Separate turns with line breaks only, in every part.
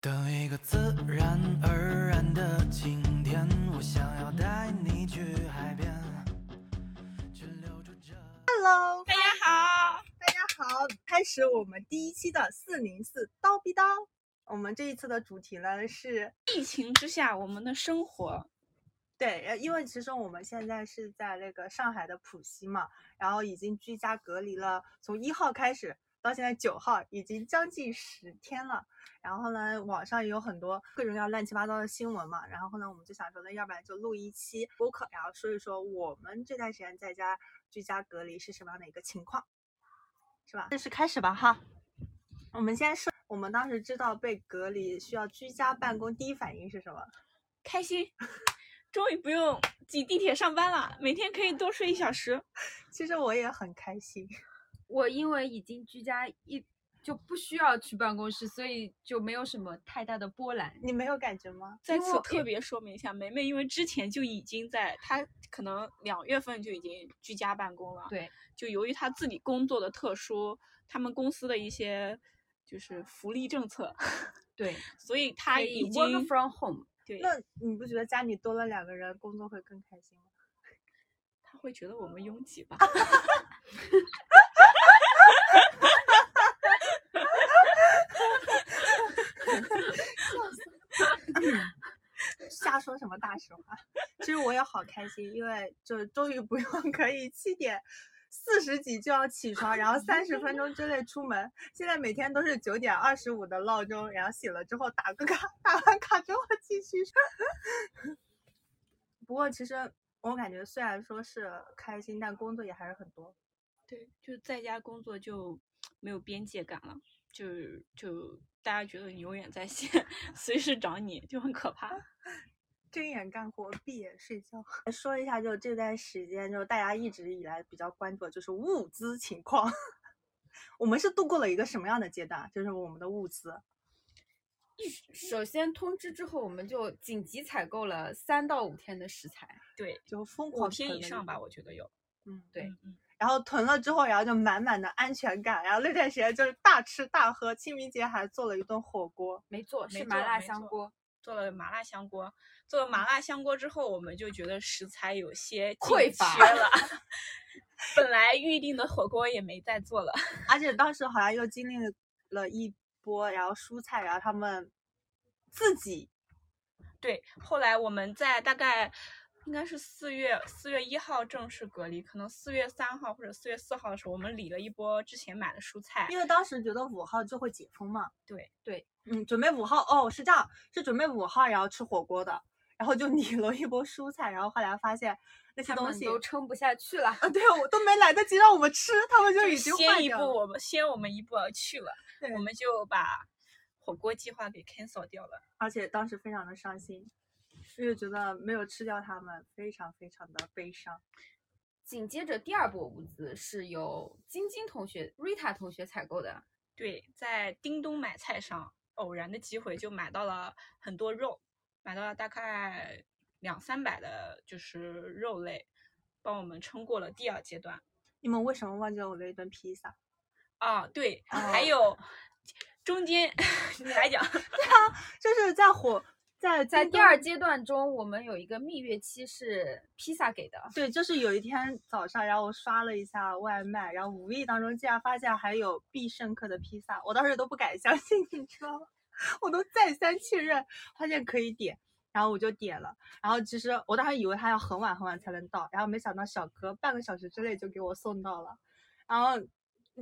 等一个自然而然的晴天，我想要带你去海边，去留住这。
Hello，
大家好，
大家好，开始我们第一期的四零四叨逼叨。我们这一次的主题呢是，
疫情之下我们的生活，
对，呃因为其实我们现在是在那个上海的浦西嘛，然后已经居家隔离了，从一号开始到现在九号，已经将近十天了。然后呢，网上也有很多各种各样乱七八糟的新闻嘛。然后呢，我们就想说，那要不然就录一期播客，然后说一说我们这段时间在家居家隔离是什么样的一个情况，是吧？正式开始吧，哈。我们先说，我们当时知道被隔离需要居家办公，第一反应是什么？
开 心，终于不用挤地铁上班了，每天可以多睡一小时。
其实我也很开心，
我因为已经居家一就不需要去办公室，所以就没有什么太大的波澜。
你没有感觉吗？
在
因为
此
我
特别说明一下，梅梅因为之前就已经在，她可能两月份就已经居家办公了。
对，
就由于她自己工作的特殊，他们公司的一些就是福利政 策，
对，
所以
可
她
以
已
work
经
from home。
对，
那你不觉得家里多了两个人，工作会更开心 吗？
她会觉得我们拥挤吧？
瞎说什么大实话？其实我也好开心，因为就是终于不用可以七点四十几就要起床，然后三十分钟之内出门。现在每天都是九点二十五的闹钟，然后醒了之后打个卡，打完卡之后继续睡。不过其实我感觉虽然说是开心，但工作也还是很多。
对，就在家工作就没有边界感了，就就大家觉得你永远在线， 随时找你，就很可 怕。
睁眼干活，闭眼睡觉。 说一下，就这段时间，就大家一直以来比较关注的就是物资情况。 我们是度过了一个什么样的阶段？就是我们的物资，
首先通知之后，我们就紧急采购了三到五天的食材。
对，
就疯
五
狂
天
囤
哦以
了一
上吧，
波
我觉得有。
嗯，
对
嗯嗯
然后囤了之后，然后就满满的安全感。然后那段时间就是大吃大喝，清明节还做了一顿火锅。
没做，是
没
麻
做
辣
没
香
做
锅。
做了麻辣香锅，做了
嗯
麻辣香锅之后，我们就觉得食材有些紧
匮乏
缺 了。本来预定的火锅也没再做了，
而且当时好像又经历了一波，然后蔬菜，然后他们自己
对，后来我们在大概应该是四月四月一号正式隔离，可能四月三号或者四月四号的时候，我们理了一波之前买的蔬菜，
因为当时觉得五号就会解封嘛。
对
对，
嗯，准备五号哦，是这样，是准备五号然后吃火锅的，然后就理了一波蔬菜，然后后来发现那些
他
东
们
西
都撑不下去 了。
啊，对我都没来得及让我们吃，他们就已经坏
先一步
掉了。
我们先我们一步去了，
对
我们就把火锅计划给 cancel 掉了。
而且当时非常的伤心，因为觉得没有吃掉它们，非常非常的悲伤。
紧接着第二波物资是由晶晶同学、Rita 同学采购的。
对，在叮咚买菜上偶然的机会就买到了很多肉，买到了大概两三百的，就是肉类，帮我们撑过了第二阶段。
你们为什么忘记了我的一顿披萨？
啊，对，还
哦
有中间 你来讲，
就是在火在
在
叮
第
咚
二阶段中，我们有一个蜜月期是披萨给的。
对，就是有一天早上，然后我刷了一下外卖，然后无意当中竟然发现还有必胜客的披萨，我当时都不敢相信， 你知道吗？我都再三确认，发现可以点，然后我就点了。然后其实我当时以为他要很晚很晚才能到，然后没想到小哥半个小时之内就给我送到了，然后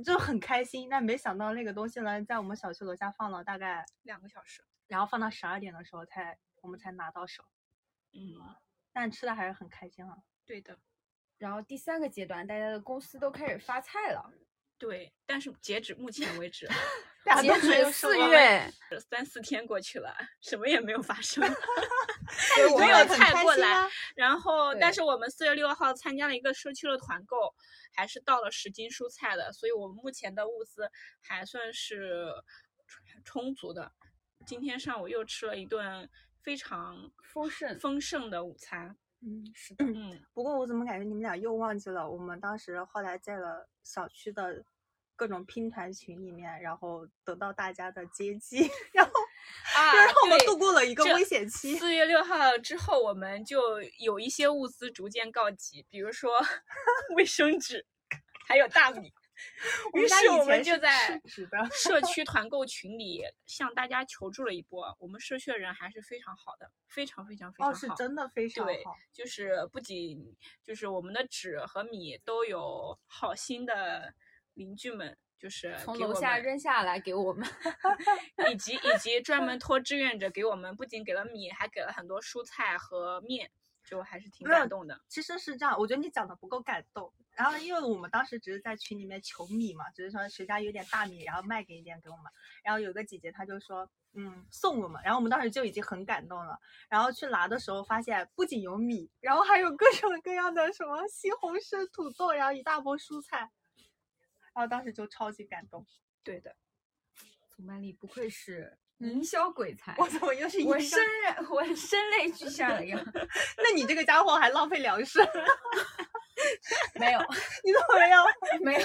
就很开心。但没想到那个东西呢，在我们小区楼下放了大概，
两个小时，
然后放到十二点的时候才我们才拿到手，
嗯，
但吃的还是很开 心啊。
对的，
然后第三个阶段，大家的公司都开始发菜了。
对，但是截止目前为止，
大家
截
都没有
止
收
四
到
月，
三四天过去了，什么也没有发生。
但 你
我们
觉得
有
很
菜
开
过
心
来
啊
然后，但
对
是我们四月六号参加了一个社区的团购，还是到了十斤蔬菜的，所以我们目前的物资还算是充充足的。今天上午又吃了一顿非常
丰盛
丰盛的午餐，
嗯，
是的，
嗯，
不过我怎么感觉你们俩又忘记了我们当时后来在了小区的 各种拼团群里面，然后得到大家的接机，然后
啊，
就让我们
对
度过了一个
这
危险期。
四月六号之后，我们就有一些物资逐渐告急，比如说 卫生纸，还有大米。于
家
是
以
我
前
们就是在
吃纸的
社区团购群里向大家求助了一波。我们社区的人还是非常好的，非常非常非常
哦，
好。
是真的非常
对
好。
就是不仅就是我们的纸和米都有好心的邻居们，就是
从
给
楼
我
下
们
扔下来给我们。
以及以及专门托志愿者给我们，不仅给了米，还给了很多蔬菜和面，就还是挺
没有
感动的。
其实是这样，我觉得你讲的不够感动。然后，因为我们当时只是在群里面求米嘛，只是说谁家有点大米，然后卖给一点给我们。然后有个姐姐她就说，嗯，送我们。然后我们当时就已经很感动了。然后去拿的时候发现，不仅有米，然后还有各种各样的什么西红柿、土豆，然后一大波蔬菜。然后当时就超级感动。
对的，
祖曼丽不愧是 营销鬼才，
嗯 我怎么又是一
我
个
声泪我声泪俱下 了呀。
那你这个家伙还浪费粮食，
没有
你怎么样？
没有，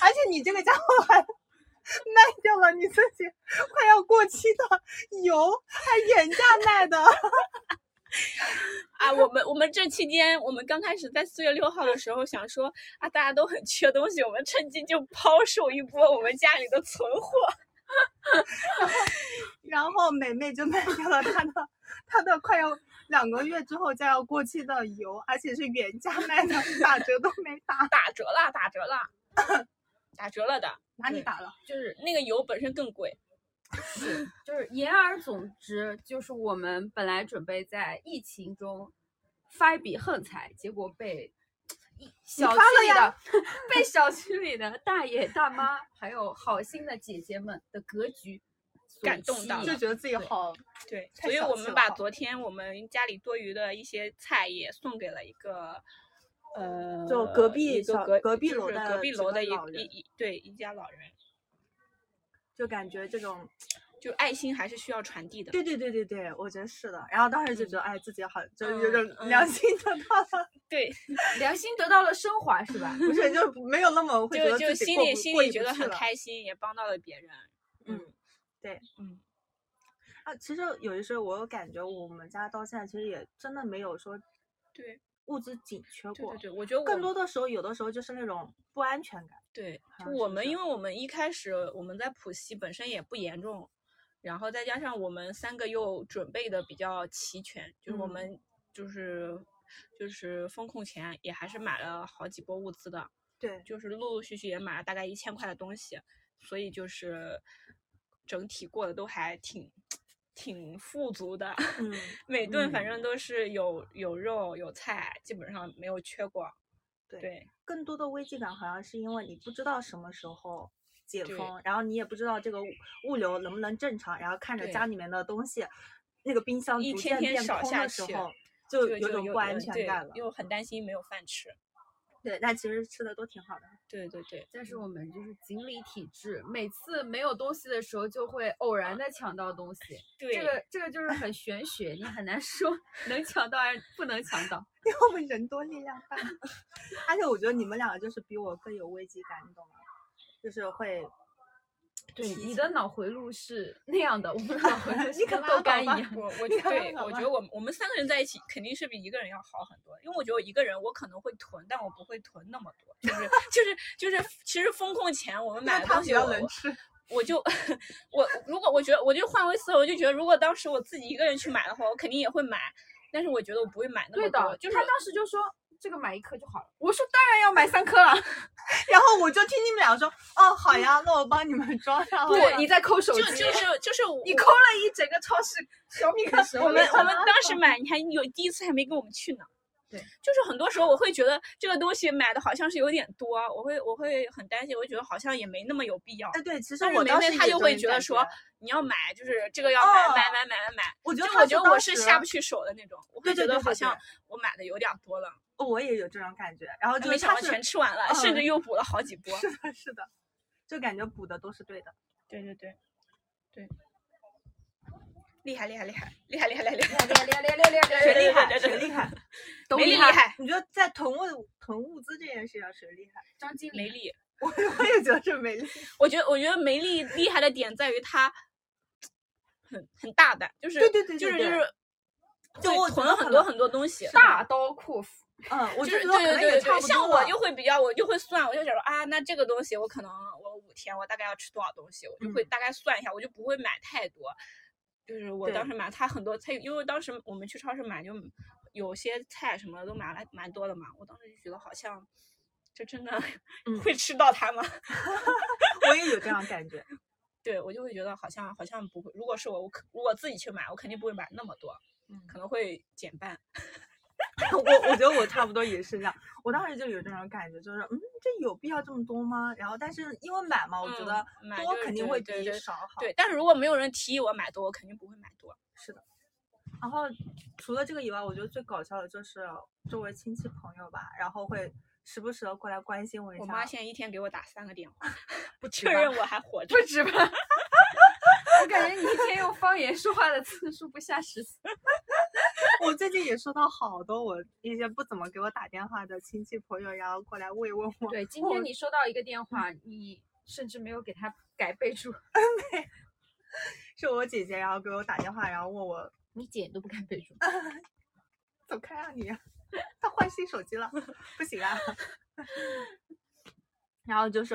而且你这个家伙还卖掉了你自己快要过期的油，还原价卖的。
啊，我们我们这期间，我们刚开始在四月六号的时候想说啊，大家都很缺东西，我们趁机就抛售一波我们家里的存货。
然后美美就卖掉了她的她的快要两个月之后将要过期的油，而且是原价卖的，打折都没打，
打折了，打折了，打折了的。
哪里
对
打了？
就是
那个油本身更贵，
是就是言而总之，就是我们本来准备在疫情中发一笔横财，结果被一小
发
区
了
里
呀
的被小区里的大爷大妈还有好心的姐姐们的格局所
感动
吸
到
引
就觉得自己
对
好，
对，
太
所以
小
我
气
们
了
把
哈
昨天我们家里多余的一些菜也送给了一个，呃，
就隔壁
一个
小
隔
隔壁
就
楼
是
的
隔壁
几
楼
个
的一
老
一
人
一对一家老人，
就感觉这种，
就爱心还是需要传递的。
对对对对对，我觉得是的。然后当时就觉得，哎，自己好，就是有
嗯
点良
嗯
心得到了，
对，
良心得到了升华，是吧？
不是，就没有那么会觉
就
得
就
自己
心
过
里
不
心
过
里
意
觉
不
得
去
很
了
开心，也帮到了别人。
嗯，对，
嗯，
啊，其实有的时候我有感觉，我们家到现在其实也真的没有说
对
物资紧缺
对
过
对，对，我觉得我
更
们
多的时候有的时候就是那种不安全感。
对，
好
就
像
我
啊是
们，
这
因为我们一开始我们在浦西本身也不严重，然后再加上我们三个又准备的比较齐全，就是我
嗯
们就是、就是风控前也还是买了好几波物资的，
对，
就是陆陆续续也买了大概一千块的东西，所以就是整体过得都还挺挺富足的。
嗯，
每顿反正
嗯
都是有有肉有菜，基本上没有缺过。
对
对
更多的危机感好像是因为你不知道什么时候解
对
封，然后你也不知道这个物物流能不能正常，然后看着
对
家里面的东西，那个冰箱
一
逐
天
渐
天
变
少
空
下
的时
去
候，就
就
有
就
种不安
有
全
对
感了。嗯
又很担心没有饭吃。
对，那其实吃的都挺好的。
对对对，
但是我们就是锦鲤体质，每次没有东西的时候就会偶然的抢到东西。
对
这个这个就是很玄学，你很难说能抢 到还是不能抢到。
因为 我们人多力量大，而且我觉得你们两个就是比我更有危机感，你懂吗？就是会，
对，
提
你
前
的脑回路是那样的，我们的脑回路
你
是
可
跟
拉
豆
倒
干一
吧
样。
我我
你看
对
到了
我
吗
觉得我们我们三个人在一起肯定是比一个人要好很多，因为我觉得我一个人我可能会囤，但我不会囤那么多， 就是就是就是，其实风控前我们
那
买的
他
东
比
西我
较能吃。
我就 我如果我觉得我就换位思维，我就觉得如果当时我自己一个人去买的话，我肯定也会买，但是我觉得我不会买那么
对
多，
的，
就是
他当时就说这个买一颗就好了，我说当然要买三颗了。
然后我就听你们俩说，哦，好呀，那我帮你们装上了。
你在抠手
就
机，
就是就是我
你抠了一整个超市小米的时候，
我们
没
我
想
们
到
当时买，你还有第一次还没跟我们去呢。
对，
就是很多时候我会觉得这个东西买的好像是有点多，我会我会很担心，我会觉得好像也没那么有必要。
哎，对，其实
但是
我
梅
当时
梅她
也
就
这
会
种
觉得
感
说你要买，就是这个要买
哦
买买买买买。
我觉得
就
她
我
是
觉得
当
我是
时
下不去手的那种，我会
对
觉
对
得
对
好
对
像
对
我买的有点多了，
哦我也有这种感觉。然后就
哎没
是
想
他
到
是
全吃完了，甚至
嗯
又补了好几波。
是的，是的，就感觉补的都是对的。
对对对，对，厉害厉害厉害厉害厉害厉害厉害，
练练练练练练
学
谁厉
练练
历
害？
对对
谁
对
厉害？
都
梅
厉
丽
害
害，
你觉得在囤物囤物资这件事上谁厉害？
张经理
梅丽。
我也觉得是没力。
我觉得，我觉得梅丽厉害的点在于她很很大胆，就是
对对对
就是
对
就
对
是
就
会
我觉
囤
得
了很
可
多
能
很多东西，
大刀阔斧。
嗯，我
就是
觉得可
对对
能
对
也
对
差
对，
不多啊
像
了
我就会比较，我就会算，我就想说啊，那这个东西我可能我五天我大概要吃多少东西，我就会
嗯
大概算一下，我就不会买太多。就是我当
对
时买它很多菜，因为当时我们去超市买就有些菜什么的都买了蛮多的嘛，我当时就觉得好像这真的
嗯
会吃到它吗？
我也有这样感觉。
对我就会觉得好像好像不会，如果是我，我可如果自己去买，我肯定不会买那么多，
嗯
可能会减半。
我我觉得我差不多也是这样，我当时就有这种感觉，就是嗯，这有必要这么多吗？然后但是因为买嘛，我觉
嗯
得
买
多
就是
肯定
对
会
对
比
对
少好。
对，但是如果没有人提议我买多，我肯定不会买多。
是的。然后除了这个以外，我觉得最搞笑的就是周围亲戚朋友吧，然后会时不时的过来关心我一下。
我妈现在一天给我打三个电话， 不
止
确
吧
认我还活着
不。止吧？ 我感觉你一天用方言说话的次数不下十次。
我最近也收到好多我一些不怎么给我打电话的亲戚朋友，然后过来慰问我。
对，今天你收到一个电话，你甚至没有给他改备注，
是我姐姐，然后给我打电话，然后问我
你姐都不敢备注。
走开啊你， 她换新手机 了，不行啊。然后就是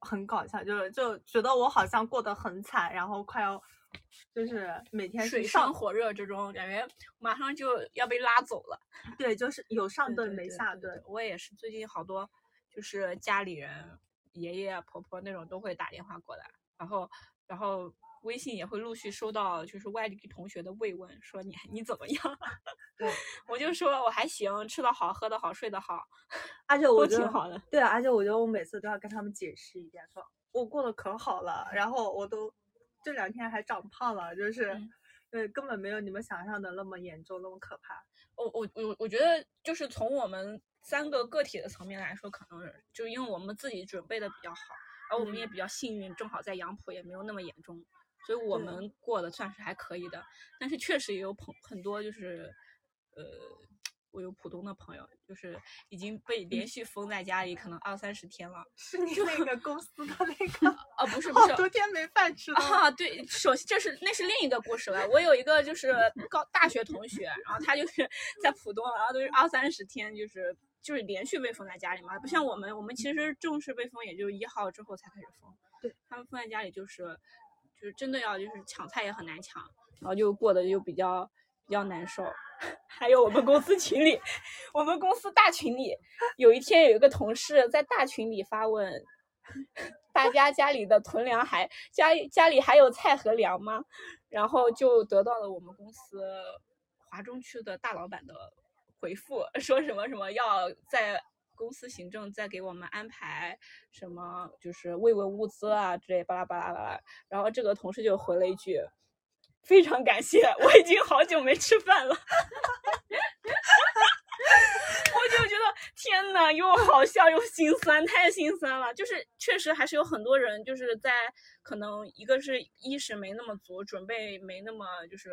很搞笑，就是就觉得我好像过得很惨，然后快要就是每天是
水
上
深火热之中，感觉马上就要被拉走了。
对，就是有上
对
顿没下顿。
对我也是最近好多，就是家里人、爷爷、婆婆那种都会打电话过来，然后，然后微信也会陆续收到，就是外地同学的慰问，说你还你怎么样？ 我就说我还行，吃得好，喝得好，睡得好，
而且
都
我觉
挺
得，
好的。
对啊，而且我觉得我每次都要跟他们解释一遍，说我过得可好了，然后我都这两天还长胖了，就是
嗯，
对，根本没有你们想象的那么严重，那么可怕。
我我我我觉得就是从我们三个个体的层面来说，可能就因为我们自己准备的比较好，而我们也
嗯
比较幸运，正好在杨浦也没有那么严重，所以我
对
们过得算是还可以的。但是确实也有朋很多就是，呃，我有浦东的朋友，就是已经被
嗯
连续封在家里，可能二三十天了。
是你那个公司的那个，
啊，不是不
好
是，
多天没饭 吃的吗，
啊，对，首先这是那是另一个故事了。我有一个就是高大学同学，然后他就是 在浦东，然后都是二三十天，就是就是连续被封在家里嘛，不像我们，我们其实正式被封也就一号之后才开始封。
对，
他们封在家里就是就是真的要就是抢菜也很难抢，然后就过得就比较比较难受。 还有我们公司群里，我们公司大群里有一天有一个同事在大群里发问， 大家家里的囤粮还家里家里还有菜和粮吗？然后就得到了我们公司华中区的大老板的回复， 说什么什么要在公司行政再给我们安排什么就是慰问物资啊之类巴拉巴拉巴拉。然后这个同事就回了一句。非常感谢，我已经好久没吃饭了。我就觉得天呐，又好笑又心酸，太心酸了。就是确实还是有很多人就是在可能一个是意识没那么足，准备没那么就是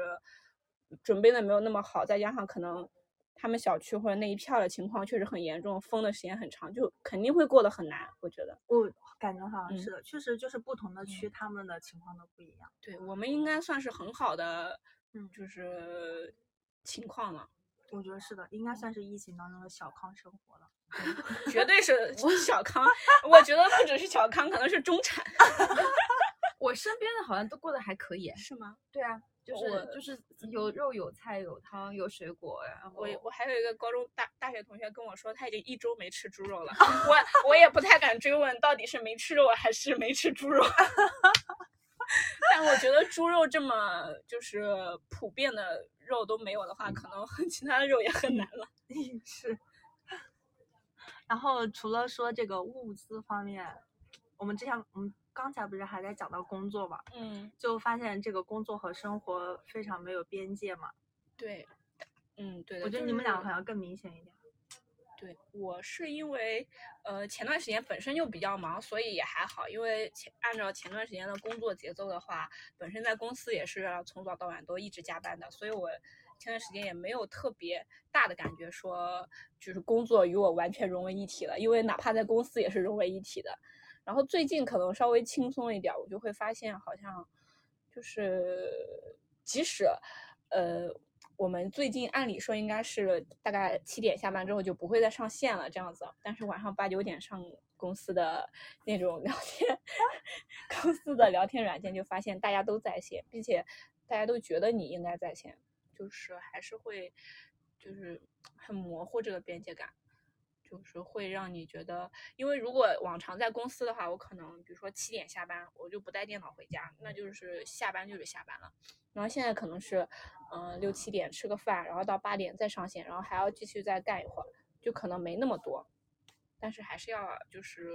准备的没有那么好，再加上可能他们小区或者那一片儿的情况确实很严重，封的时间很长，就肯定会过得很难。我觉得，
我感觉好像
嗯
是的，确实就是不同的区他们的情况都不一样。
对我们应该算是很好的，
嗯
就是情况了，
我觉得是的，应该算是疫情当中的小康生活了。
绝对是小康。 我觉得不只是小康，可能是中产，
我身边的好像都过得还可以。
是吗？
对啊，就
我
是就是有肉有菜有汤有水果，然后
我
哦
我还有一个高中大大学同学跟我说，他已经一周没吃猪 肉了。我我也不太敢追问到底是没吃肉还是没吃猪肉。 但我觉得猪肉这么就是普遍的肉都没有的话，可能 其他的肉也很难了。
是。然后除了说这个物资方面，我们之前我们刚才不是还在讲到工作嘛，
嗯，
就发现这个工作和生活非常没有边界嘛。
对，嗯对的。
我觉得
就
你们俩
是
好像更明显一点。
对，我是因为呃前段时间本身就比较忙，所以也还好。因为前按照前段时间的工作节奏的话，本身在公司也是从早到晚都一直加班的，所以我前段时间也没有特别大的感觉说就是工作与我完全融为一体了，因为哪怕在公司也是融为一体的。然后最近可能稍微轻松一点儿，我就会发现好像。就是即使呃，我们最近按理说应该是大概七点下班之后就不会再上线了这样子，啊但是晚上八九点上公司的那种聊天公司的聊天软件，就发现大家都在线，并且大家都觉得你应该在线，就是还是会就是很模糊这个边界感。就是会让你觉得，因为如果往常在公司的话，我可能比如说七点下班，我就不带电脑回家，那就是下班就是下班了。然后现在可能是，嗯、六七点吃个饭，然后到八点再上线，然后还要继续再干一会儿，就可能没那么多，但是还是要就是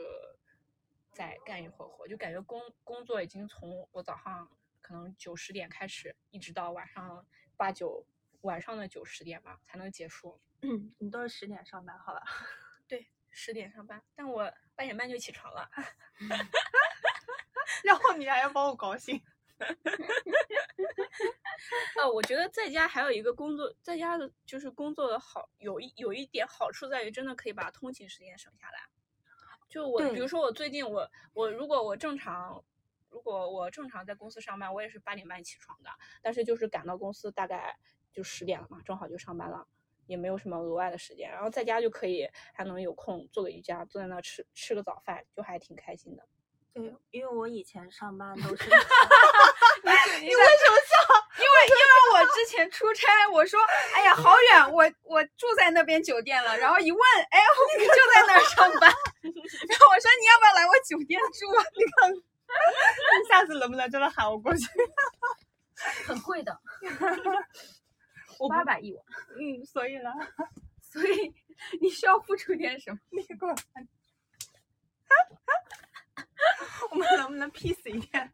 再干一会儿活，就感觉工工作已经从我早上可能九十点开始，一直到晚上八九晚上的九十点吧才能结束。
嗯，你都是十点上班好吧？
对，十点上班，但我八点半就起床了。
然后你还要把我搞醒，
呃，我觉得在家还有一个工作，在家的就是工作的好，有一有一点好处在于，真的可以把通勤时间省下来。就我，比
对
如说我最近我我如果我正常，如果我正常在公司上班，我也是八点半起床的，但是就是赶到公司大概就十点了嘛，正好就上班了。也没有什么额外的时间，然后在家就可以还能有空做个瑜伽，坐在那儿吃吃个早饭，就还挺开心的。
对，因为我以前上班都 是，
你为什么笑？因为因为我之前出差，我说哎呀好远，我我住在那边酒店了，然后一问，哎，我就在那儿上班， 然后我说你要不要来我酒店住啊？你
你下次能不能真的喊我过去？
很贵 的，
我不
八百一晚，
嗯，所以呢，
所以你需要付出点什么？
你给我， 我们能不能 peace 一点？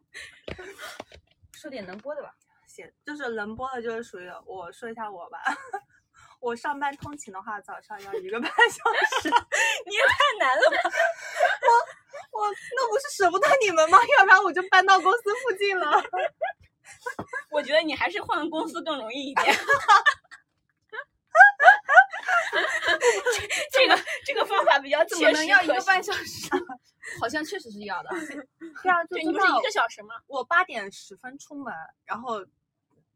说点能播的吧。
写，就是能播的，就是属于我说一下我吧。 我上班通勤的话，早上要一个半小时。
你也太难了吧！
我那不是舍不得你们吗？要不然我就搬到公司附近 了。
我觉得你还是换公司更容易一点。 这个 这个方法比较
怎
切
么
实
能要一个半
小
小时？啊 好像确实是要的。
对啊，就
对，
真
你不
的
是一个小时吗？
我八点十分出门，然后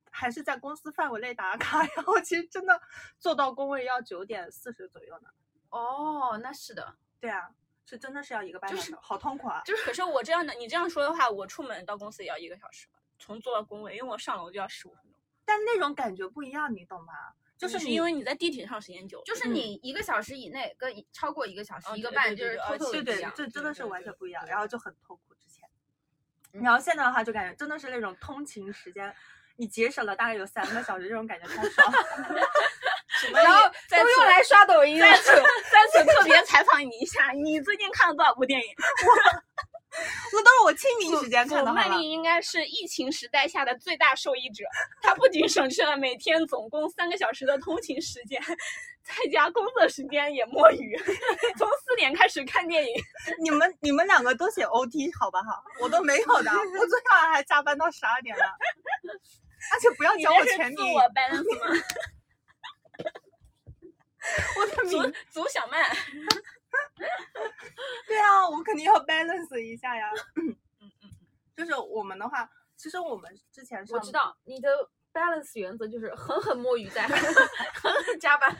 还是在公司范围内打卡， 然后其实真的坐到工位要九点四十左右呢。
哦，那是的，
对啊，是真的是要一个半
就
小
是
时，好痛苦啊！
就是可是我这样的，你这样说的话，我出门到公司也要一个小时吧，从坐到工位，因为我上楼就要十五分钟。
但那种感觉不一样，你懂吗？就是
是
你
因为你在地铁上时间久了，
就是
嗯
你一个小时以内跟一超过一个小时、
哦
一个
对对
半，就
对
是
对
偷
哦
偷
对
对
的不一
对嗯
样，。
这真的是
对
完
对
全不一
对
样，
对
然后就很痛苦。之前，然后现在的话就感觉真的是那种通勤时间，你节省了大概有三个小时，这种感觉太爽了。
然后
在
都用
此
来刷抖音了。
在此在此特 别采访你一下，你最近看了多少部电影？
那都是我清明时间看的，
总
好
曼
吧？
丽应该是疫情时代下的最大受益者。她不仅省去了每天总共三个小时的通勤时间，在家工作时间也摸鱼， 从四点开始看电影。
你们你们两个都写 OT 好不好？我都没有的，我昨天晚上还加班到十二点了， 而且不要
你
讲
这
我
是
全
自
名，
我 balance 吗？
我的
足
名，
足 小曼，
对啊，我肯定要 balance 一下呀。嗯 就是我们的话，其实我们之前
嗯
上
我知道你的 balance 原则就是狠狠摸 鱼在， 狠狠加班。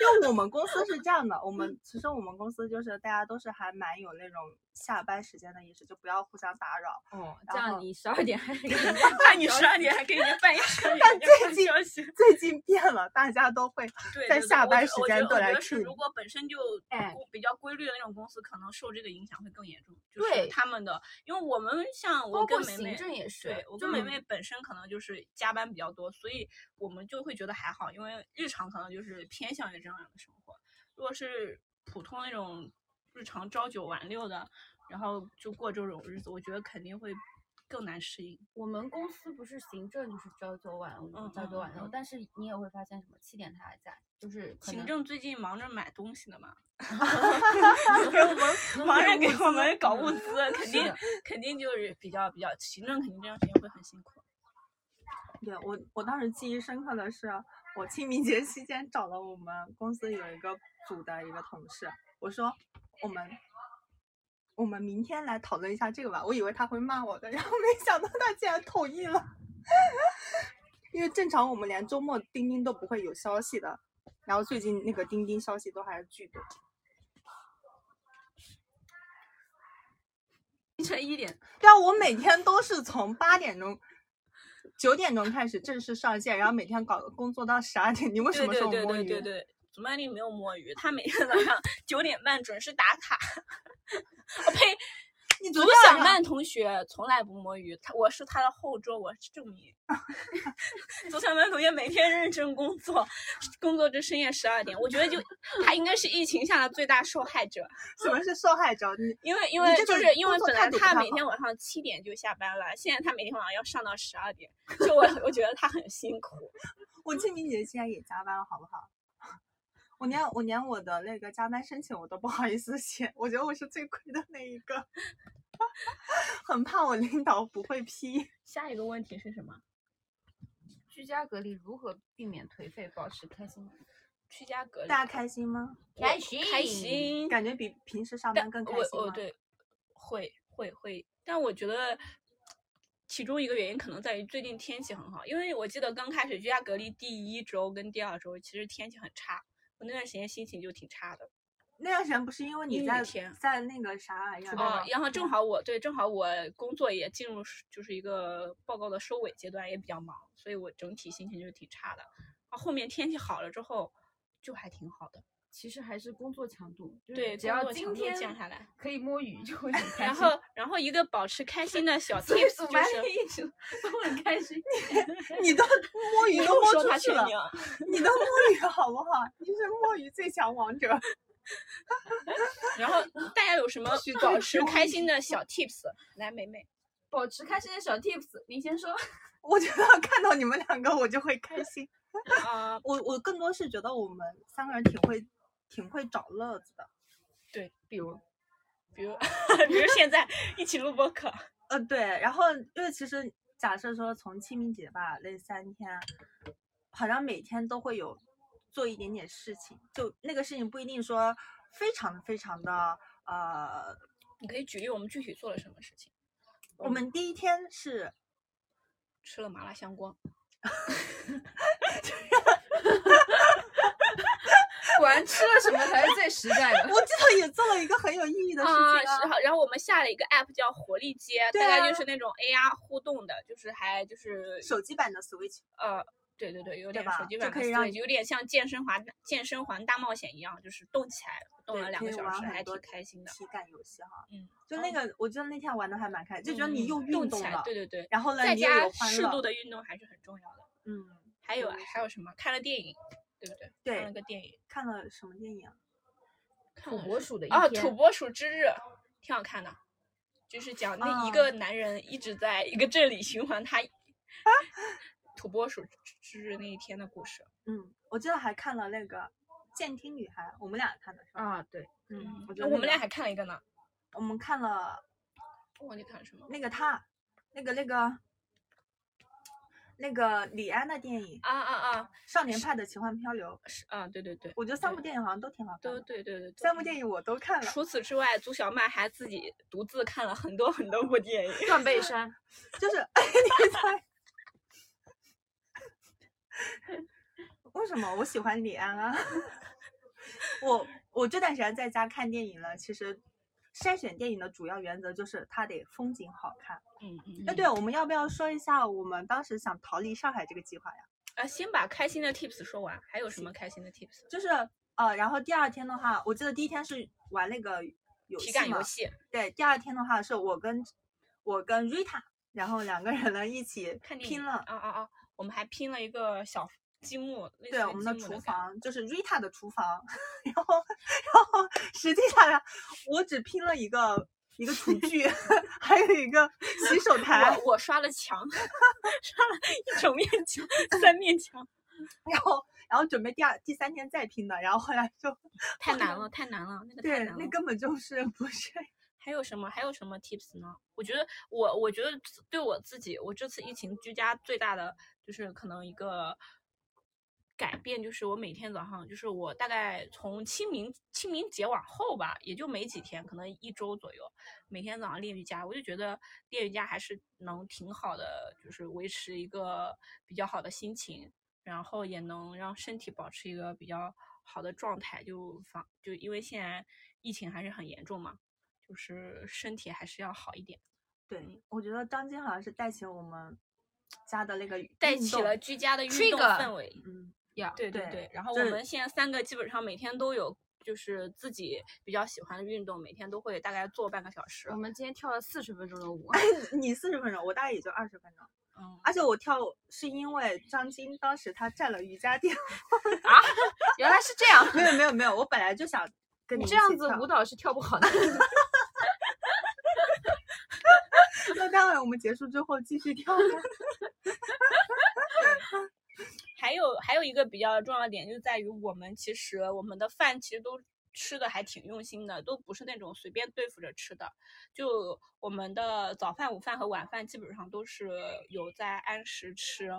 因为我们公司是这样的，我们其实我们公司就是大家都是还蛮有那种下班时间的意识，就不要互相打 扰。
哦，
然
这
后
样你十二点还给人家
那你十二点还给人家半夜十二
但
点
最
人
近
家发消息，
最近变了，大家都会
对
在
对对
下
我
班
觉
时
我觉
间
得
段
我
来
觉得是
处
如
理
果本身就
哎
固比较规律的那种公司，可能受这个影响会更严重。就是
对
他们的，因为我们像我
包
跟
括
梅梅
行，政也是
对，我
就
跟梅
嗯
梅本身可能就是加班比较多，所以我们就会觉得还好，因为日常可能就是偏向于这样的生活。如果是普通那种日常朝九晚六的，然后就过这种日子，我觉得肯定会更难适应。
我们公司不是行政就是朝九晚五
嗯，
朝九晚
嗯
六，
嗯
但是你也会发现什么七点他还在，就是可
行
能
政最近忙着买东西 呢嘛，
给我们
忙着给我们搞
嗯
物资，肯
是
定
的
肯定就是比较比较，行政肯定这段时间会很辛苦。
对我，我当时记忆深刻的是，我清明节期间找了我们公司有一个组的一个同事，我说我们我们明天来讨论一下这个吧。我以为他会骂我的，然后没想到他竟然同意了。 因为正常我们连周末钉钉都不会有消息的，然后最近那个钉钉消息都还是巨多。
凌晨一点，
对啊，我每天都是从八点钟、九点钟开始正式上线，然后每天搞工作到十二点。你为什
对
么
对
说我
对
摸
对
鱼？
对对，祖曼丽没有摸鱼，她每天早 上九点半准时打卡。我呸！
你啊
独
昨天
享
晚上
曼同学从来不摸鱼，他我是他的后桌，我是证明。 独享曼同学每天认真工作，工作至深夜十二点，我觉得就他应该是疫情下的最大受害者。
什么是受害者？你
因为
你
因为
这
就
个
是因
工
为
作
本
态
来
度不
他
太
每天晚上七点就下班了，现在他每天晚上要上到十二点，就我我觉得他很辛苦。
我清明节现在也加班了，好不好？ 我连我连我的那个加班申请我都不好意思写，我觉得我是最亏的那一个， 很怕我领导不会批。
下一个问题是什么？
居家隔离如何避免颓废，保持开心？
居家隔离，
大家开心吗？
开心
开心。
感觉比平时上
但
班更开
我
心
我
吗？
对，会会会，但我觉得其中一个原因可能在于最近天气很好，因为我记得刚开始居家隔离第一周跟第二周，其实天气很差，我那段时间心情就挺差的。
那段时间不是因为
阴
你
雨
在
天
在那个啥玩意儿
出
吗
哦
差，
然后正
对
好我对正好我工作也进入是就是一个报告的收尾阶段，也比较忙，所以我整体心情就挺差的。啊，后面天气好了之后，就还挺好的。
其实还是工作强度，就是
对
只
工
要
作
今
强度
天
降下来
可以摸鱼就会很开
然
心。
后，然后一个保持开心的小
所以
tips
祖曼
就是，
丽一直都很开心。
你都摸鱼
你
都
又
摸
说他
出去
全
了，
名。啊
你都摸鱼好不好？你是摸鱼最强王者。
然后大家有什么
许
保
多
持
东
开
西
心的小 tips？来，梅梅，
保持开心的小 tips，您先说。
我觉得看到你们两个我就会开心。
啊、
我我更多是觉得我们三个人挺会挺会找乐子的。
比如，
比如比如现在一起录播课，
呃，对，然后因为其实假设说从清明节吧那三天，好像每天都会有做一点点事情，就那个事情不一定说非常的非常的呃，
你可以举例我们具体做了什么事情？嗯
我们第一天是
吃了麻辣香锅，
果然吃了什么才是最实在
我
的。
记得也做了一个很有意义的事
啊，
情、
是好。然后我们下了一个 app 叫活力街，
对
大概
啊
就是那种 AR 互动的，就是还就是
手机版的 Switch，
呃，对对对，有
对
点
吧
手机
就
版
可
的
以
思
让
维，有点像健身环健身环大冒险一样，就是动起来了，动
对
了哦两
可
个
以
小
玩
时，
很
还
多
挺开心的。
体感游戏哈，
嗯，
就
然
那
后
个，我觉得那天玩的还蛮开心，就觉得你
嗯
又运
动
动
起
了
来，，对对对，
然后呢
在
你又有
家
欢
适
乐
度的运动还是很重要的。
嗯，
还有
嗯
还有什么？看了电影，对不对？看
对，
了个电影，
看了什么电影啊？
看
土
了
拨
是
鼠的一
啊，《
天
土拨鼠之日》挺好看的，就是讲那一
啊
个男人一直在一个镇里循环 他土拨鼠之之日那一天的故事。
嗯，我记得还看了那个《监听女孩》，我们俩看的是吧？
啊，对，
嗯，我觉得
那我
那
们俩
个
还看了一个呢，
我们看了
我忘记看了什么
那个他，那个那个那个李安的电影《
啊啊啊！
少年派的奇幻漂流》，
是啊，对对对，
我觉得三部
对
电影好像都挺好看
都
的，
对对对，
嗯三部
影。
电影我都看了，
除此之外，朱小曼还自己独自看了很多很多部电影。
断背山。
就是 哎你猜。为什么我喜欢李安啊？ 我我这段时间在家看电影呢，其实筛选电影的主要原则就是它得风景好看。
嗯嗯
哎，
嗯
对，我们要不要说一下我们当时想逃离上海这个计划呀？
啊，先把开心的 tips 说完，还有什么开心的 tips？
就是呃，然后第二天的话，我记得第一天是玩那个游
体
戏
感
嘛
游戏，
对，第二天的话是我跟我跟 Rita，然后两个人呢一起
看电影
拼了。
啊啊啊！我们还拼了一个小积木，类似
对，
于
我们的
积木
厨
感觉。
房就是 Rita 的厨房， 然后然后实际上呢，我只拼了一个一个厨具， 还有一个洗手台，
我我刷了墙， 刷了一整面墙，三面墙，
然后然后准备第二第三天再拼的，然后后来就
太难了，太难了，那个太
对，
难了
那。根本就是不是
还有什么？还有什么 tips 呢？我觉得我，我觉得自对我自己，我这次疫情居家最大的就是可能一个改变，就是我每天早上，就是我大概从清明清明节往后吧，也就没几天，可能一周左右，每天早上练瑜伽，我就觉得练瑜伽还是能挺好的，就是维持一个比较好的心情，然后也能让身体保持一个比较好的状态，就防就因为现在疫情还是很严重嘛，就是身体还是要好一点。
对，我觉得张晶好像是带起了我们家的那个
带
运
起
动
了居家的运动
Trigger
氛围。
嗯，
呀
对对
对
对。然后
就
我
是
们现在三个基本上每天都有，就是自己比较喜欢的运动，每天都会大概做半个小时
我。
嗯
们今天跳了四十分钟的舞，
你四十分钟，我大概也就二十分钟，
嗯，
而且我跳是因为张晶当时他占了瑜伽 垫，
原来是这样。
没有没有没有，我本来就想跟
你
你
这
一
样
起
子
跳
舞蹈是跳不好的。
那待会我们结束之后 继续跳吧。
还有还有一个比较重要的点就在于我们其实我们的饭其实都吃的还挺用心的，都不是那种随便对付着吃的。就我们的早饭、午饭和晚饭基本上都是有在按时吃，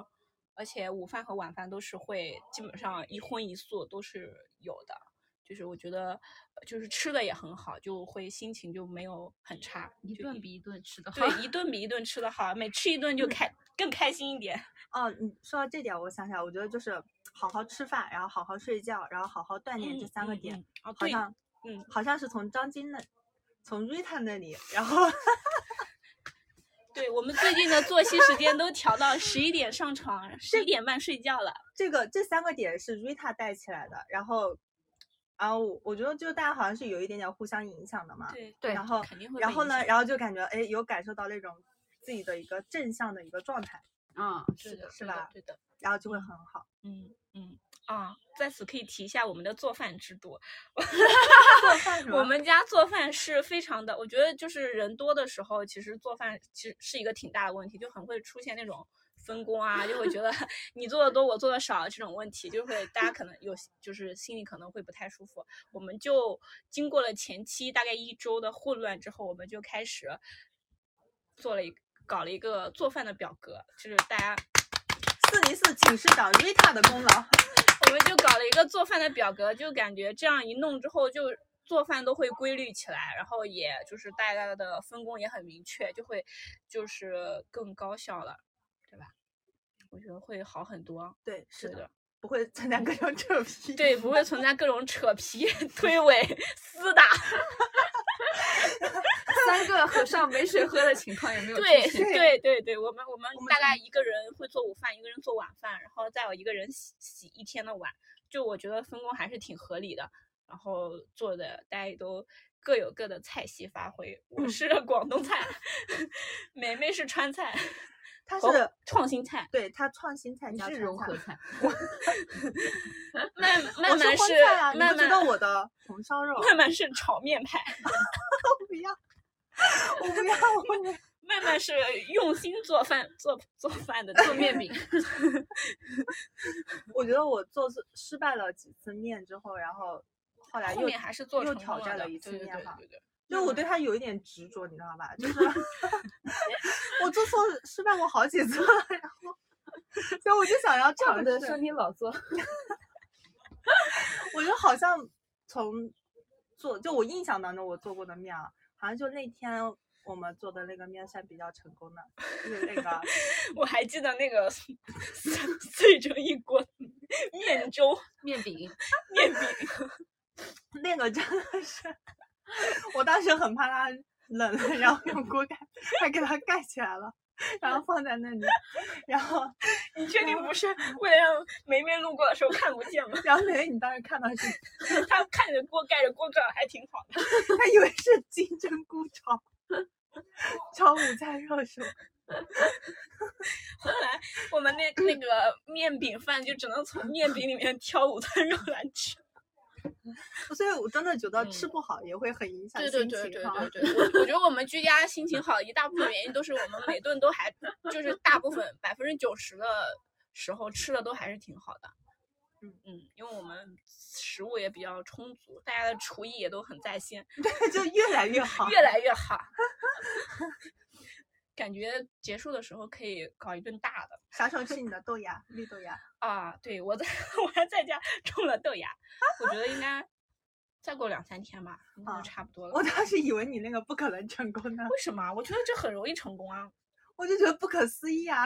而且午饭和晚饭都是会基本上一荤一素都是有的。就是我觉得，呃就是吃的也很好，就会心情就没有很差，
一
就
顿比一顿吃的好。
对一顿比一顿吃的好，每吃一顿就开更开心一点。
哦，你说到这点，我想起来，我觉得就是好好吃饭，然后好好睡觉，然后好好锻炼这三个点，
嗯嗯嗯哦，
好
对，
像
嗯，
好像是从张晶那，从 Rita 那里，然后
对我们最近的作息时间都调到十一点上床，十一点半睡觉了。
这个这三个点是 Rita 带起来的，然后，然后我我觉得就大家好像是有一点点互相影响的嘛，
对
对
然后
肯定会。
然后呢，？然后就感觉哎，有感受到那种自己的一个正向的一个状态，
嗯，
是的，
是
对的
吧
对的，
然后就会很 好。
嗯嗯啊，在此可以提一下我们的做饭制度。
做饭什么
我们家做饭是非常的，我觉得就是人多的时候，其实做饭其实是一个挺大的问题，就很会出现那种分工啊，就会觉得你做的多，我做的少这种问题，就会大家可能有就是心里可能会不太舒服。我们就经过了前期大概一周的混乱之后，我们就开始做了一搞了一个做饭的表格，就是大家
四零四寝室长 Rita 的功劳。
我们就搞了一个做饭的表格，就感觉这样一弄之后，就做饭都会规律起来，然后也就是大家的分工也很明确，就会就是更高效了，对吧？我觉得会好很多，
对，是
对
的，
的，
不会参加各种扯皮。
对，不会存在各种扯皮、 推诿、厮打。
三个和尚没水喝的情况也没有出
对
现。
对对对，我们我们
我们
大
是
概一个人会做午饭，一个人做晚饭，然后再有一个人洗洗一天的碗，就我觉得分工还是挺合理的。然后做的大家也都各有各的菜系发挥，我
嗯
是 广东菜，梅梅是川菜，
他
黄
是
创新菜，
对他创新菜
你
加
是
川
融合
菜
菜，
慢
呃我
慢
荤
慢是
菜啊，
慢
你不知道
慢
我的红烧肉，
慢慢是炒面派，
我不要，我不要，我不要。
慢慢是用心做饭做做饭的
做
做面
面
饼。
饼。
我觉得我做次失败了几次面之后，然后后来
后
又
面还是做
又
成
挑战
的
了一次
对对
面
对
哈
对对，
就我对他有一点执着，你知道吧？就是 我做错失败过好几次了，然后。所以我就想 要
怪 不
尝
得
试，
说你老做，
我就好像从做，就我印象当中我做过的面啊，好像就那天我们做的那个面算比较成功的，就是那 个
我还记得那个碎碎成一锅面粥
面 饼
面饼，
那个真的是，我当时很怕它冷了，然后用锅盖还给它盖起来了，然后放在那里，然后
你确定不是为了让梅梅路过的时候看不见吗？
然后美美你当时看到是，
她看着锅盖着锅盖还挺好的。
她以为是金针菇炒炒午餐肉是吗？
后来我们那那个面饼饭就只能从面饼里面挑 午餐肉来吃。
所以我真的觉得
嗯
吃不好也会很影响
对
心
对
情
对对
哈
对对，我我觉得我们居家心情好，一大部分原因都是我们每顿都还就是大部分百分之九十的时候吃的都还是挺好的。
嗯
嗯，因为我们食物也比较充足，大家的厨艺也都很在线，
就越来越好。
越来越 好。感觉结束的时候可以搞一顿大的，
啥时候吃你的豆芽？绿豆芽？
啊，对我在 我还在家种了豆芽，我觉得应该再过两三天吧，应该
啊
就差不多了。
我当时以为你那个不可能成功呢，
为什么啊？我觉得这很容易成功啊。
我就觉得不可思议啊。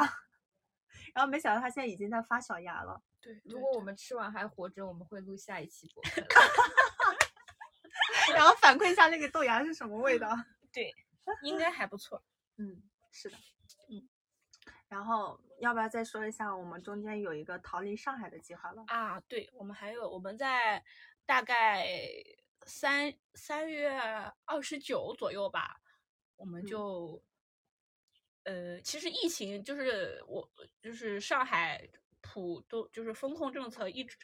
然后没想到它现在已经在发小芽了。
对，
如果我们吃完还活着，我们会录下一期播客的。
然后反馈一下那个豆芽是什么味道。
应该还不错。
嗯，是的，
嗯。
然后要不要再说一下，我们中间有一个逃离上海的计划了？
啊，对，我们还有我们在大概三三月二十九左右吧，我们
嗯
就、呃，其实疫情就是我就是上海浦都就是风控政策一直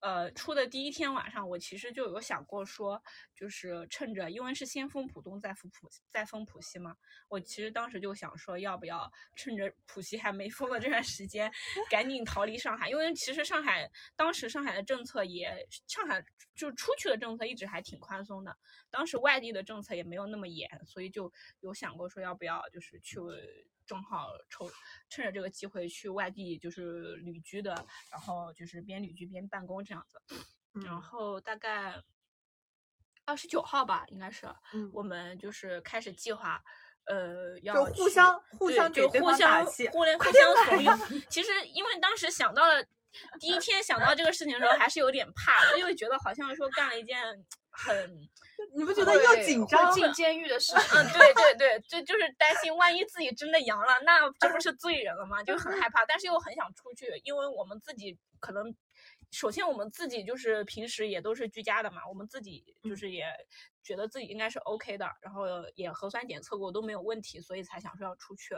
呃出的第一天晚上，我其实就有想过说，就是趁着因为是先封浦东再封浦再封浦西嘛，我其实当时就想说，要不要趁着浦西还没封的这段时间，赶紧逃离上海？因为其实上海当时上海的政策也，上海就出去的政策一直还挺宽松的，当时外地的政策也没有那么严，所以就有想过说要不要就是去。正好抽趁着这个机会去外地就是旅居的，然后就是边旅居边办公这样子。然
嗯
后大概二十九号吧，应该是
嗯，
我们就是开始计划，呃，要
就互
去
相互
对
相给
就
对
互
方打
相
气
互联互
快
相
点
怂
来
恿。其实因为当时想到了第一天想到这个事情的时候，还是有点怕的，因为觉得好像说干了一件很
你不觉得又
会
紧
会
张
进监狱的事情。
嗯，对对对，就就是担心，万一自己真的阳了，那这不是罪人了吗？就很害怕，但是又很想出去，因为我们自己可能，首先我们自己就是平时也都是居家的嘛，我们自己就是也觉得自己应该是 OK 的，然后也核酸检测过都没有问题，所以才想说要出去。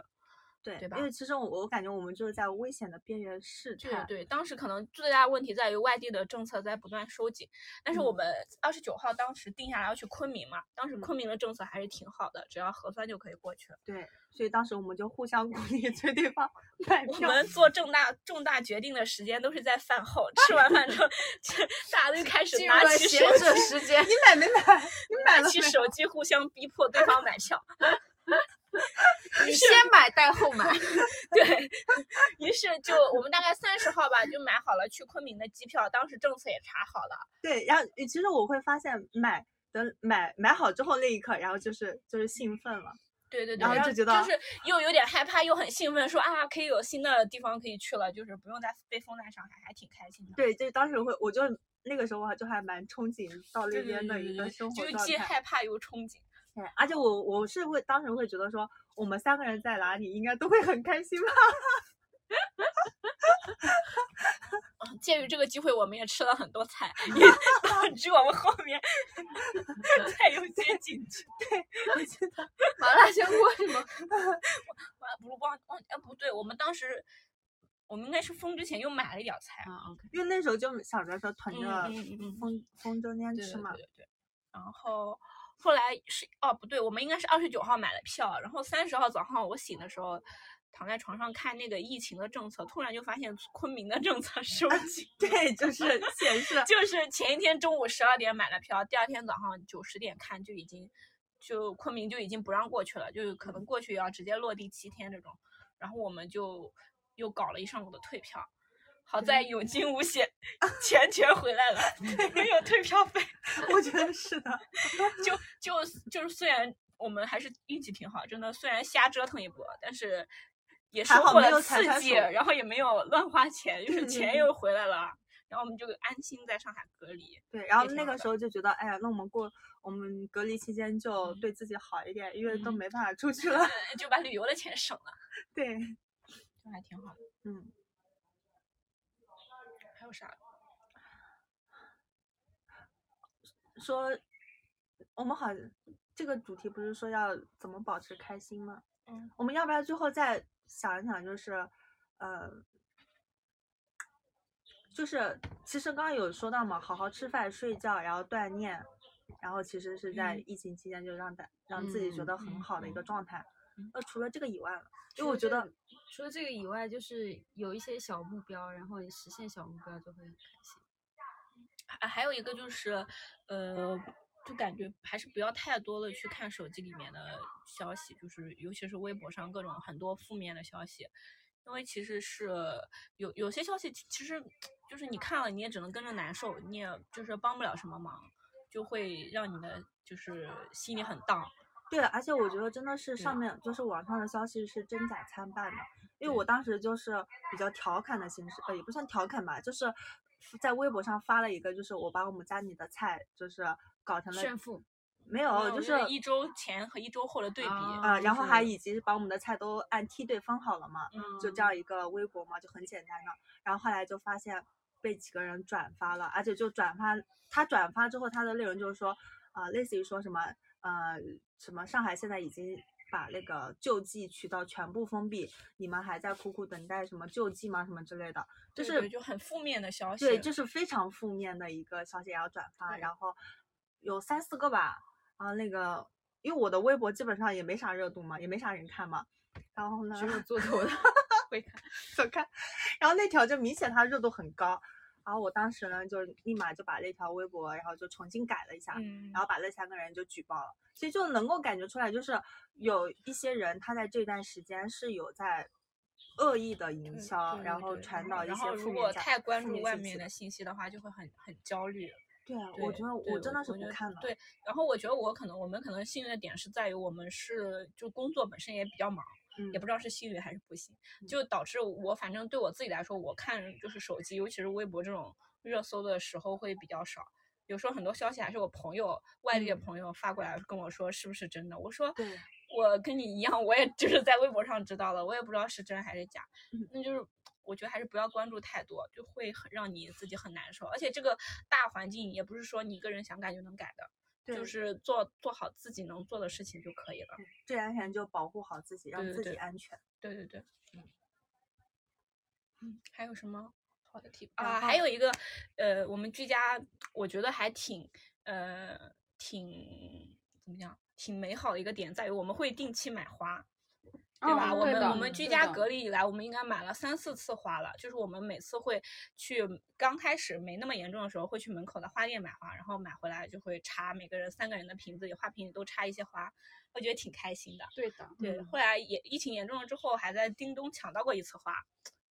对
对吧
因为其实我我感觉我们就是在危险的边缘试
对
探。
对，当时可能最大的问题在于外地的政策在不断收紧，但是我
嗯
们二十九号当时定下来要去昆明嘛，当时
嗯
昆明的政策还是挺好的，只要核酸就可以过去。
对所以当时我们就互相鼓励， 催对方买
我
票。
们做重大重大决定的时间都是在饭后，吃完饭之后，这大家都开始
进入
拿
了
起
闲
手
者
机，
时间
你，买没买？你买
拿
了
起
没？
手机互相逼迫对方买 票。
你先买带后买。
对，于是就我们大概三十号吧，就买好了去昆明的机票，当时政策也查好了。
对，然后其实我会发现买。等买买好之后那一刻，然后就是就是兴奋了，
对对对，
然后就觉得
就是又有点害怕，又很兴奋，说啊，可以有新的地方可以去了，就是不用再被封在上海，还挺开心的。
对，就当时会，我就那个时候我还就还蛮憧憬到那
对对
边的
对对
一个
对，
生活
就是
状
既
态。
害怕又憧憬。
对，而且我我是会当时会觉得说，我们三个人在哪里应该都会很开心吧。
鉴于这个机会，我们也吃了很多菜，也导致我们后面菜有些紧缺。
麻辣香锅什么？
我还不是忘忘，哎，不对，我们当时我们应该是封之前又买了一点儿菜。
啊，OK。
因为那时候就想着说囤
嗯
着
嗯嗯嗯
风风筝间
对
吃
对
嘛，
对，对对。然后后来是哦，不对，我们应该是二十九号买了票，然后三十号早上我醒的时候。躺在床上看那个疫情的政策，突然就发现昆明的政策收紧
对，就是显 示
就是前一天中午十二点买了票，第二天早上九十点看就已经，就昆明就已经不让过去了，就可
嗯
能过去也要直接落地七天这种。然后我们就又搞了一上午的退票，好
嗯
在有惊无险，钱全回来 了，没有退票费。
我觉得是 的，
就就就是虽然我们还是运气挺好，真的虽然瞎折腾一波，但是也收
还好
获
没
了
有踩
刺
刹
激，
手
然后也没有乱花钱，就是
嗯
钱
嗯
又回来了，然后我们就安心在上海隔离。
对。然后
挺
那
好
个
的
时候就觉得，哎呀，那我们过我们隔离期间就
嗯
对自己好一点，因为都
嗯
没办法出去了。
对就把旅游的钱省了，
对，
就还挺好的。
嗯，
还有啥？
说我们好这个主题不是说要怎么保持开心吗？
嗯，
我们要不要最后再想一想，就是，呃，就是其实刚刚有说到嘛，好好吃饭、睡觉，然后锻炼，然后其实是在
嗯
疫情期间就让大、让自己觉得很
嗯
好的一个
嗯
状态。
嗯
呃，除了这个以外了，因为
因为
我
我
觉
觉
得
得除了这个以外，就是有一些小目标，然后你实现小目标就会很开心。
还啊还有一个就是，呃，就感觉还是不要太多的去看手机里面的消息，就是尤其是微博上各种很多负面的消息，因为其实是有有些消息其其实就是你看了你也只能跟着难受，你也就是帮不了什么忙，就会让你的就是心里很荡。
对，而且我觉得真的是上
对
面就是网上的消息是真假参半的，因为我
对
当时就是比较调侃的形式，呃，也不算调侃吧，就是在微博上发了一个，就是我把我们家里的菜就是搞成了
炫富，
没有，
嗯
哦就是
一周前和一周后的对比。
啊
啊、然后还
就是
以及把我们的菜都按梯队分好了嘛，
嗯
就这样一个微博嘛，就很简单的。然后后来就发现被几个人转发了，而且就转发他转发之后，他的内容就是说，啊、类似于说什么呃什么上海现在已经。把那个救济渠道全部封闭，你们还在苦苦等待什么救济吗？什么之类的，就
对
是
对就很负面的消息。
对，就是非常负面的一个消息，然后转发，
对
然后有三四个吧，然后那个因为我的微博基本上也没啥热度嘛，也没啥人看嘛，然后呢
只有做头的
会看。
走开，然后那条就明显它热度很高，然后我当时呢就立马就把那条微博，然后就重新改了一下，
嗯
然后把那三个人就举报了，其实就能够感觉出来，就是有一些人他在这段时间是有在。恶意的营
对
销，
嗯对
然
对
后
对
传
然
导
后
一
然
些
后
负
如
面
果
价
太关
负
注
面
外
信息
面的信息的话，就会很很焦虑。
对啊，
对
我觉得
对
我真的是
我
不
觉得
看的。
对，然后我觉得我可能我们可能幸运的点是在于我们是就工作本身也比较忙，
嗯，
也不知道是幸运还是不幸，就导致我反正对我自己来说，我看就是手机，尤其是微博这种热搜的时候会比较少。有时候很多消息还是我朋友外地的朋友发过来跟我说是不是真的，我说
嗯对
我跟你一样，我也就是在微博上知道了，我也不知道是真还是假
嗯。
那就是我觉得还是不要关注太多，就会很让你自己很难受。而且这个大环境也不是说你一个人想改就能改的，
对，
就是做做好自己能做的事情就可以了。
最安全就保护好自己，让
对对
自己
对
安全。
对对对，嗯，还有什么好的 tip
然
啊？还
后
有一个，呃，我们居家我觉得还挺，呃，挺怎么讲，挺美好的一个点在于我们会定期买花。对
嗯
吧？我
对
们
的
我们居
对
家
的
隔离以来，我们应该买了三四次花了。就是我们每次会去，刚开始没那么严重的时候，会去门口的花店买花，然后买回来就会插每个人三个人的瓶子里，花瓶里都插一些花，我觉得挺开心的。
对的，
对，
嗯
后来也疫情严重了之后，还在叮咚抢到过一次花，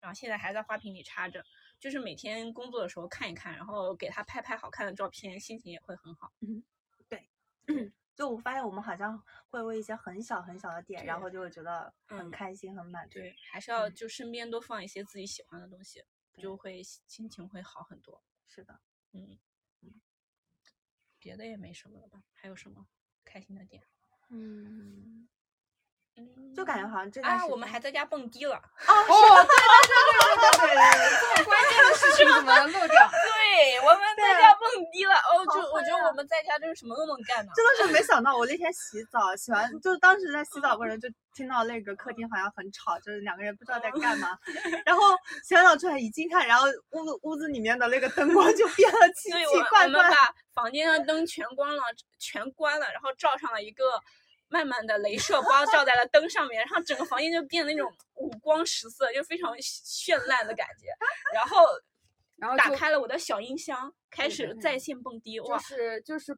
然后现在还在花瓶里插着，就是每天工作的时候看一看，然后给他拍拍好看的照片，心情也会很好。
就我发现我们好像会为一些很小很小的点，然
对
后就会觉得很
嗯
开心、很满足。
对，还是要
嗯
就身边多放一些自己喜欢的东西，
对
就会心心情会好很多。嗯
是的，
别的也没什么了吧？还有什么开心的点？
嗯，
嗯，
就感觉好像这段时
啊，
间
我们还在家蹦 迪了。
这么关键的事情怎么能漏掉？
对，我们在家蹦迪了。哦，
好
就我
嗨
觉得
啊
我们在家就是什么都能干呢。
真的是没想到，我那天洗澡洗完，就当时在洗澡过程中就听到那个客厅好像很吵，就是两个人不知道在干
哦
嘛。然后洗完澡出来一近看，然后屋子屋子里面的那个灯光就变了奇
对，
奇
我我
怪
们
怪。
把房间的灯全关了，全关了，然后照上了一个慢慢的镭射光照在了灯上面，然后整个房间就变得那种五光十色，就非常绚烂的感觉。然后
然后
打
哦就
开了我的小音箱，开
对的
始在线蹦迪，
就
哇！
是就是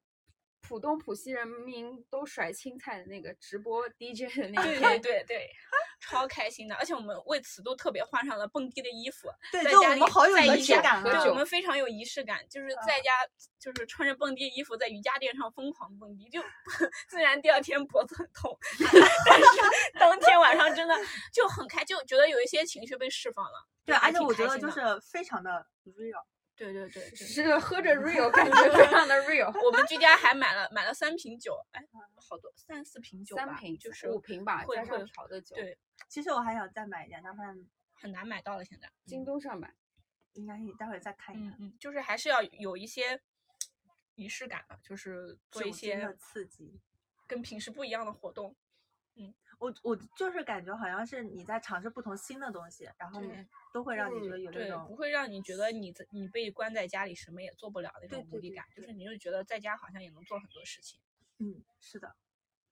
浦东浦西人民都甩青菜的那个直播 DJ 的那
对对
个天，
对对，超开心的，而且我们为此都特别换上了蹦迪的衣服，
对，
在
就我
家
们
里
好有
在
仪
一
式
家
感
喝
对
啊！
酒嗯
我们非常有仪式感，就是在家就是穿着蹦迪的衣服在瑜伽垫上疯狂蹦迪，就 虽然第二天脖子很痛， 但是当天晚上真的就很开，就觉得有一些情绪被释放了。
对，
就还
而且
挺
我觉
开
得
心
就
的
是非常的 real。
对对对，对
是喝着 real 感觉非常的 real，
我们居家还买了买了三瓶酒，哎，好多三四瓶酒吧，
嗯三瓶
就是
五瓶吧，
会
加上
会
调的酒，
对，
其实我还想再买一点，但发现
很难买到了现在。
京东上买。
应该待会儿再看一
嗯
看。
嗯，就是还是要有一些仪式感的，就是做
酒
一
精的
些
刺激。
跟平时不一样的活动。
我我就是感觉好像是你在尝试不同新的东西，然后
对
都会让你觉
嗯
得有那
对，不
种
会让你觉得你在你被关在家里什么也做不了那
对
种
对
无力
对
感，就
对
是你就觉得在家好像也能做很多事情。
嗯是的，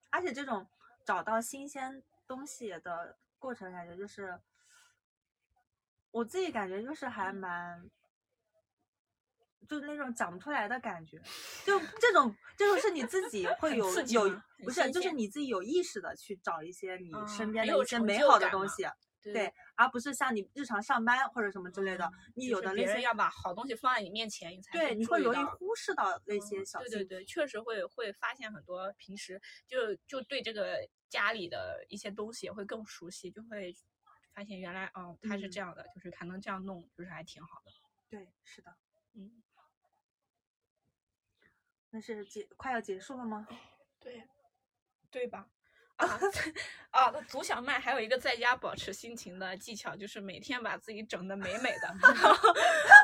而且这种找到新鲜东西的过程，感觉就是我自己感觉就是
嗯
还蛮。就是那种讲不出来的感觉，就这种这种是你自 己会
很
有
刺激
有
吗很
不是
新
就是
鲜
你自己有意识的去找一些你
嗯
身边
很
的
有
一些
成
美
就
好的
感
东
嘛
西，对，而不是像你日常上班或者什么之类的
嗯，
你
就
有
是
的
别
类
人
似
要把好东西放在你面前，你才
对，你会
注意
容易
到
忽视到那
嗯
些小
对
细
对
节。
对，确实会会发现很多平时就就对这个家里的一些东西也会更熟悉，就会发现原来哦它是
嗯
这样的，就是还能这样弄，就是还挺好的。
对，是的。
嗯，
那是结快要结束了吗？
对，对吧？ 啊啊！那足小麦还有一个在家保持心情的技巧，就是每天把自己整的美美的， 然后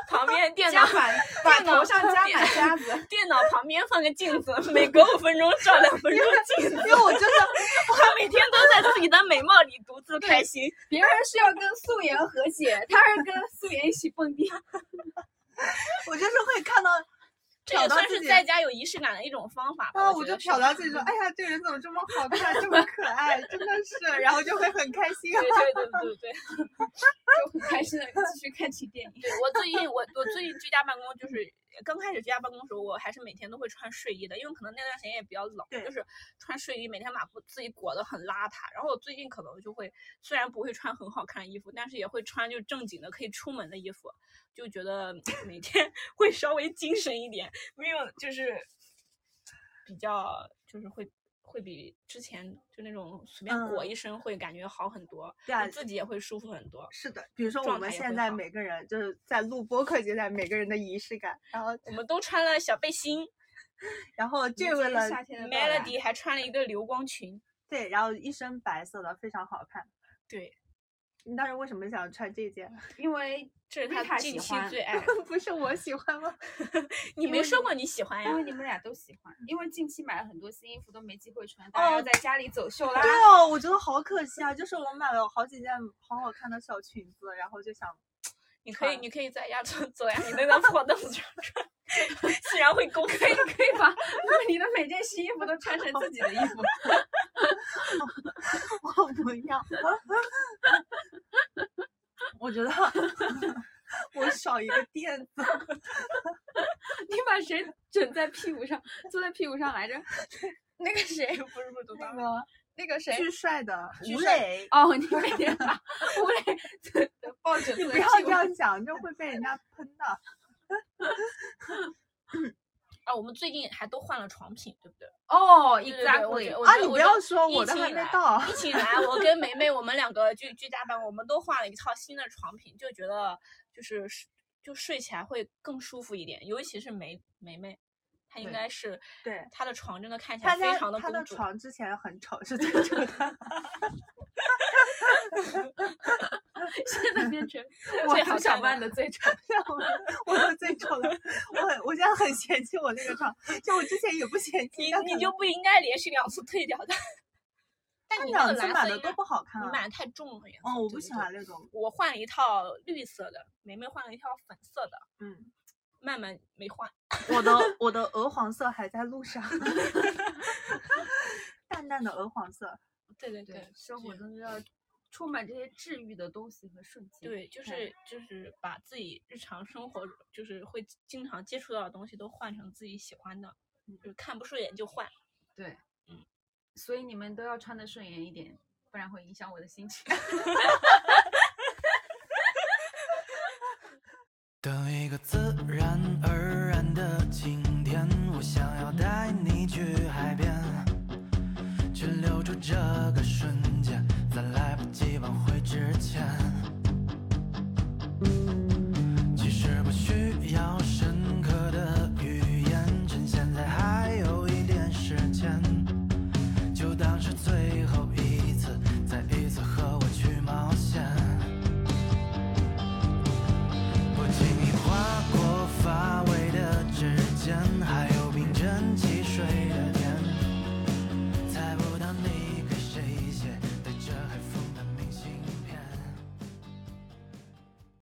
旁边电脑
加满，把
电脑
头上加满
电
夹子。
电脑旁边放个镜子，每隔五分钟照两分钟镜子。
因为我真的，
他每天都在自己的美貌里独自开心。
别人是要 跟素颜和解，他是跟素颜一起蹦 迪。
我就是会看到
这也
瞟到
算
自
是
己
在家有仪式感的一种方法吧。
啊，
我
我
觉
就
得是
瞟到自 己说，哎呀，这人怎么这么好看，这么可爱，真的是，然后就会很开心
啊
对。对对对对
就很开心的 继续看起电影。
对，我最近我我最近居家办公就是刚开始居家办公的时候，我还是每天都会穿睡衣的，因为可能那段时间也比较冷，
对
就是穿睡衣，每天把布自己裹得很邋遢。然后我最近可能就会虽然不会穿很好看的衣服，但是也会穿就正经的可以出门的衣服，就觉得每天 会稍微精神一点，没有就是比较就是会。会比之前就那种随便裹
嗯
一身会感觉好很多，
对啊
就自己也会舒服很多。
是的，比如说我
状
们
态也
现
会
在
好
每个人就是在录播客阶段，每个人的仪式感，然后
我们都穿了小背心，
然后这
迎
位
接
了，
夏天的到来
Melody 还穿了一个流光裙，
对，然后一身白色的，非常好看。
对，
你当时为什么想穿这件？
因为
这是
Rita
他
喜
近期
欢
最爱。
不是我喜欢吗？
你
因
没
为
说
你
过你喜欢呀
因？为你们俩都喜欢，因为近期买了很多新衣服都没机会穿，大
哦
家要在家里走秀啦。
对哦，我觉得好可惜啊！就是我买了好几件好好看的小裙子，然后就想，
你可以，
穿
你可以在家 坐坐呀，你那张破凳子上穿，虽然会公 开。
可以把你的每件新衣服都穿成自己的衣服。
我不要。 我觉得我少一个垫子，
你把谁枕在屁股上，坐在屁股上来着？ 那个 谁，
不是不是，都
那
当
个
那个谁
巨，帅的
巨
吴
帅
磊。
哦，你每天把吴磊 抱枕
你不
坐在
要
屁
这
股上。
样讲，这会被人家喷的。
啊，我们最近还都换了床品，对不对？
哦
对对对我
，exactly
觉。我
啊，
觉
你
我
不
觉
要
得
说，
疫
我的
情
还
以
没
来
到。
一起来，我跟梅梅，我们两个居居家办公，我们都换了一套新的床品，就觉得就是睡就睡起来会更舒服一点，尤其是梅梅梅，她应
对
该是
对
她的床真的看起
他
来
家
非常的
他
公
的
主。
床之前很丑，是最丑的。
现在变 成
我
最
不
好
想
想办的最丑。
我我最丑的，我很我现在很嫌弃我那个床，就我之前也不嫌弃。
你
但可
你就不应该连续两次退掉它。但
能
你那
他
个
两次
蓝
买
色
的
应
都
该
不好看
你
啊。
买的太重了颜色。
哦，我不
对对
喜
对
欢那种，
我换了一套绿色的，梅梅换了一套粉色的，
嗯，
曼曼没换。
我的我的鹅黄色还在路上， 淡淡的鹅黄色，
对对
对
对，，
生活
对
中就要充满这些治愈的东西和瞬间。
对，就
对
是就是把自己日常生活就是会经常接触到的东西都换成自己喜欢的，就是看不顺眼就换。
对，
嗯，
所以你们都要穿的顺眼一点，不然会影响我的心情。
等一个自然而然的晴天，我想要带你去海边，去留住这个瞬间，在来不及挽回之前。